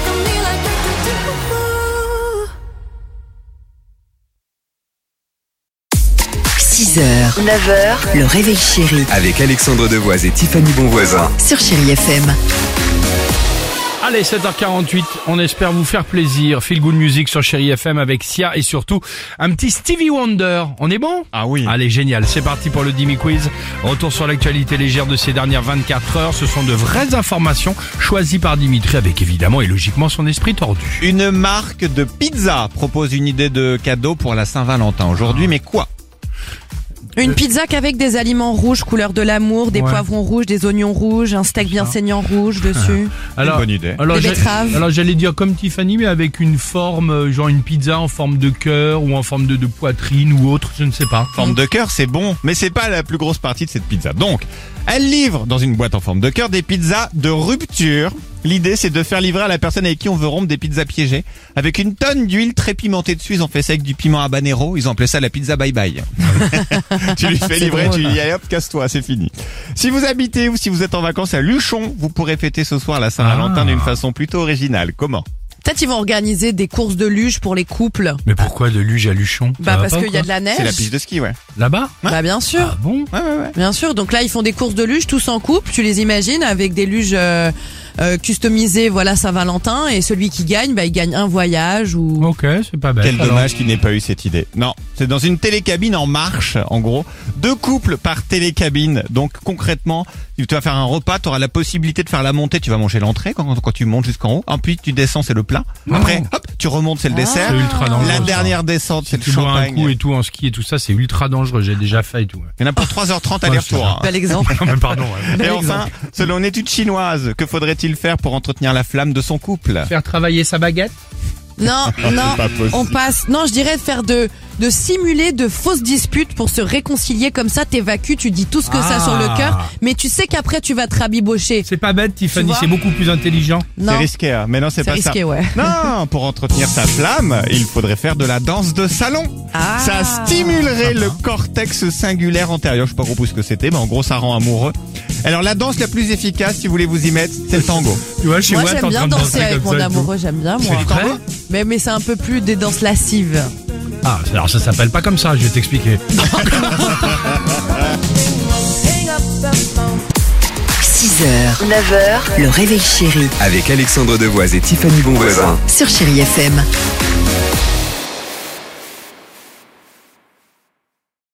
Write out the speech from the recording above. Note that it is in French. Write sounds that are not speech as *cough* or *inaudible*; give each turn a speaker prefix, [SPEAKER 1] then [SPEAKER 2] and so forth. [SPEAKER 1] on me like we could do. Ooh.
[SPEAKER 2] 6h, 9h, le réveil chéri
[SPEAKER 3] Avec Alexandre Devoise et Tiffany Bonvoisin.
[SPEAKER 2] sur Chérie FM.
[SPEAKER 4] Allez, 7h48, on espère vous faire plaisir. Feel Good Music sur Chéri FM avec Sia et surtout un petit Stevie Wonder. On est bon
[SPEAKER 5] Ah oui.
[SPEAKER 4] Allez, génial, c'est parti pour le Dimi Quiz. Retour sur l'actualité légère de ces dernières 24 heures. Ce sont de vraies informations choisies par Dimitri avec évidemment et logiquement son esprit tordu.
[SPEAKER 5] Une marque de pizza propose une idée de cadeau pour la Saint-Valentin
[SPEAKER 4] Ah.
[SPEAKER 5] aujourd'hui, mais quoi
[SPEAKER 6] Une pizza qu'avec des aliments rouges, couleur de l'amour, des
[SPEAKER 4] Ouais.
[SPEAKER 6] poivrons rouges, des oignons rouges, un steak
[SPEAKER 5] Ah.
[SPEAKER 6] bien saignant rouge dessus.
[SPEAKER 5] bonne idée.
[SPEAKER 4] Alors,
[SPEAKER 6] Des
[SPEAKER 4] j'ai-
[SPEAKER 6] betteraves.
[SPEAKER 4] alors, j'allais dire comme Tiffany, mais avec une forme, euh, genre une pizza en forme de cœur ou en forme de, de poitrine ou autre, je ne sais pas.
[SPEAKER 5] Forme de cœur, c'est bon, mais c'est pas la plus grosse partie de cette pizza. Donc, elle livre dans une boîte en forme de cœur des pizzas de rupture. L'idée, c'est de faire livrer à la personne avec qui on veut rompre des pizzas piégées. Avec une tonne d'huile très pimentée dessus, ils ont fait ça avec du piment habanero. Ils ont appelé ça la pizza bye
[SPEAKER 4] *laughs*
[SPEAKER 5] bye. tu lui fais livrer, tu lui dis, allez hop, casse-toi, c'est fini. Si vous habitez ou si vous êtes en vacances à Luchon, vous pourrez fêter ce soir la Saint-Valentin
[SPEAKER 4] Ah.
[SPEAKER 5] d'une façon plutôt originale. Comment?
[SPEAKER 6] Peut-être ils vont organiser des courses de luge pour les couples.
[SPEAKER 4] Mais pourquoi de luge à luchon Ça
[SPEAKER 6] Bah
[SPEAKER 4] va
[SPEAKER 6] parce
[SPEAKER 4] pas ou
[SPEAKER 6] qu'il y a
[SPEAKER 4] quoi
[SPEAKER 6] de la neige.
[SPEAKER 5] C'est la piste de ski, ouais.
[SPEAKER 4] Là-bas
[SPEAKER 6] Bah bien sûr.
[SPEAKER 4] Ah bon
[SPEAKER 5] Ouais, ouais, ouais.
[SPEAKER 6] Bien sûr, donc là ils font des courses de luge tous en couple, tu les imagines avec des luges euh, euh, customisées, voilà Saint-Valentin et celui qui gagne, bah il gagne un voyage ou
[SPEAKER 4] Ok, c'est pas bête.
[SPEAKER 5] Quel
[SPEAKER 4] Alors,
[SPEAKER 5] dommage qu'il n'ait pas eu cette idée. Non, c'est dans une télécabine en marche, en gros. Deux couples par télécabine. Donc concrètement, tu vas faire un repas, tu auras la possibilité de faire la montée. Tu vas manger l'entrée quand, quand tu montes jusqu'en haut. Ensuite, tu descends, c'est le plat. Après, hop, tu remontes, c'est le dessert.
[SPEAKER 4] Ah. C'est ultra dangereux.
[SPEAKER 5] La
[SPEAKER 4] ça.
[SPEAKER 5] dernière descente,
[SPEAKER 4] Si
[SPEAKER 5] c'est
[SPEAKER 4] tu
[SPEAKER 5] le
[SPEAKER 4] bois un
[SPEAKER 5] champagne.
[SPEAKER 4] coup et tout en ski et tout ça, c'est ultra dangereux. J'ai déjà fait et tout. *laughs*
[SPEAKER 5] Il y en a pour 3h30 aller-retour. hein. *laughs*
[SPEAKER 6] bel exemple.
[SPEAKER 4] Non, mais pardon. ouais.
[SPEAKER 5] Et enfin, selon une étude chinoise, que faudrait-il faire pour entretenir la flamme de son couple
[SPEAKER 4] Faire travailler sa baguette
[SPEAKER 6] Non, non,
[SPEAKER 5] pas possible.
[SPEAKER 6] on passe. Non, je dirais de faire de de simuler de fausses disputes pour se réconcilier comme ça, t'évacues, tu dis tout ce que ça
[SPEAKER 4] Ah.
[SPEAKER 6] sur le cœur, mais tu sais qu'après tu vas te rabibocher.
[SPEAKER 4] C'est pas bête, Tiffany,
[SPEAKER 6] vois
[SPEAKER 4] c'est beaucoup plus intelligent.
[SPEAKER 5] C'est
[SPEAKER 6] Non,
[SPEAKER 5] risqué, hein. mais non, c'est
[SPEAKER 6] c'est
[SPEAKER 5] pas ça.
[SPEAKER 6] risqué, ouais.
[SPEAKER 5] Non, pour entretenir sa flamme, il faudrait faire de la danse de salon.
[SPEAKER 6] Ah.
[SPEAKER 5] Ça stimulerait le cortex singulaire antérieur. Je sais pas trop ce que c'était, mais en gros, ça rend amoureux. Alors, la danse la plus efficace, si vous voulez vous y mettre, c'est le tango.
[SPEAKER 4] Tu vois, chez
[SPEAKER 6] Moi,
[SPEAKER 4] Watt, en
[SPEAKER 6] j'aime bien
[SPEAKER 4] train de
[SPEAKER 6] danser
[SPEAKER 4] comme
[SPEAKER 6] avec mon
[SPEAKER 4] ça et tout.
[SPEAKER 6] amoureux, j'aime bien moi.
[SPEAKER 4] C'est vrai
[SPEAKER 6] Mais mais c'est un peu plus des danses lascives.
[SPEAKER 4] Ah, alors ça s'appelle pas comme ça, je vais t'expliquer.
[SPEAKER 2] 6h, 9h, le réveil chéri
[SPEAKER 3] Avec Alexandre Devoise et Tiffany Bonvoisin.
[SPEAKER 2] sur Chérie FM.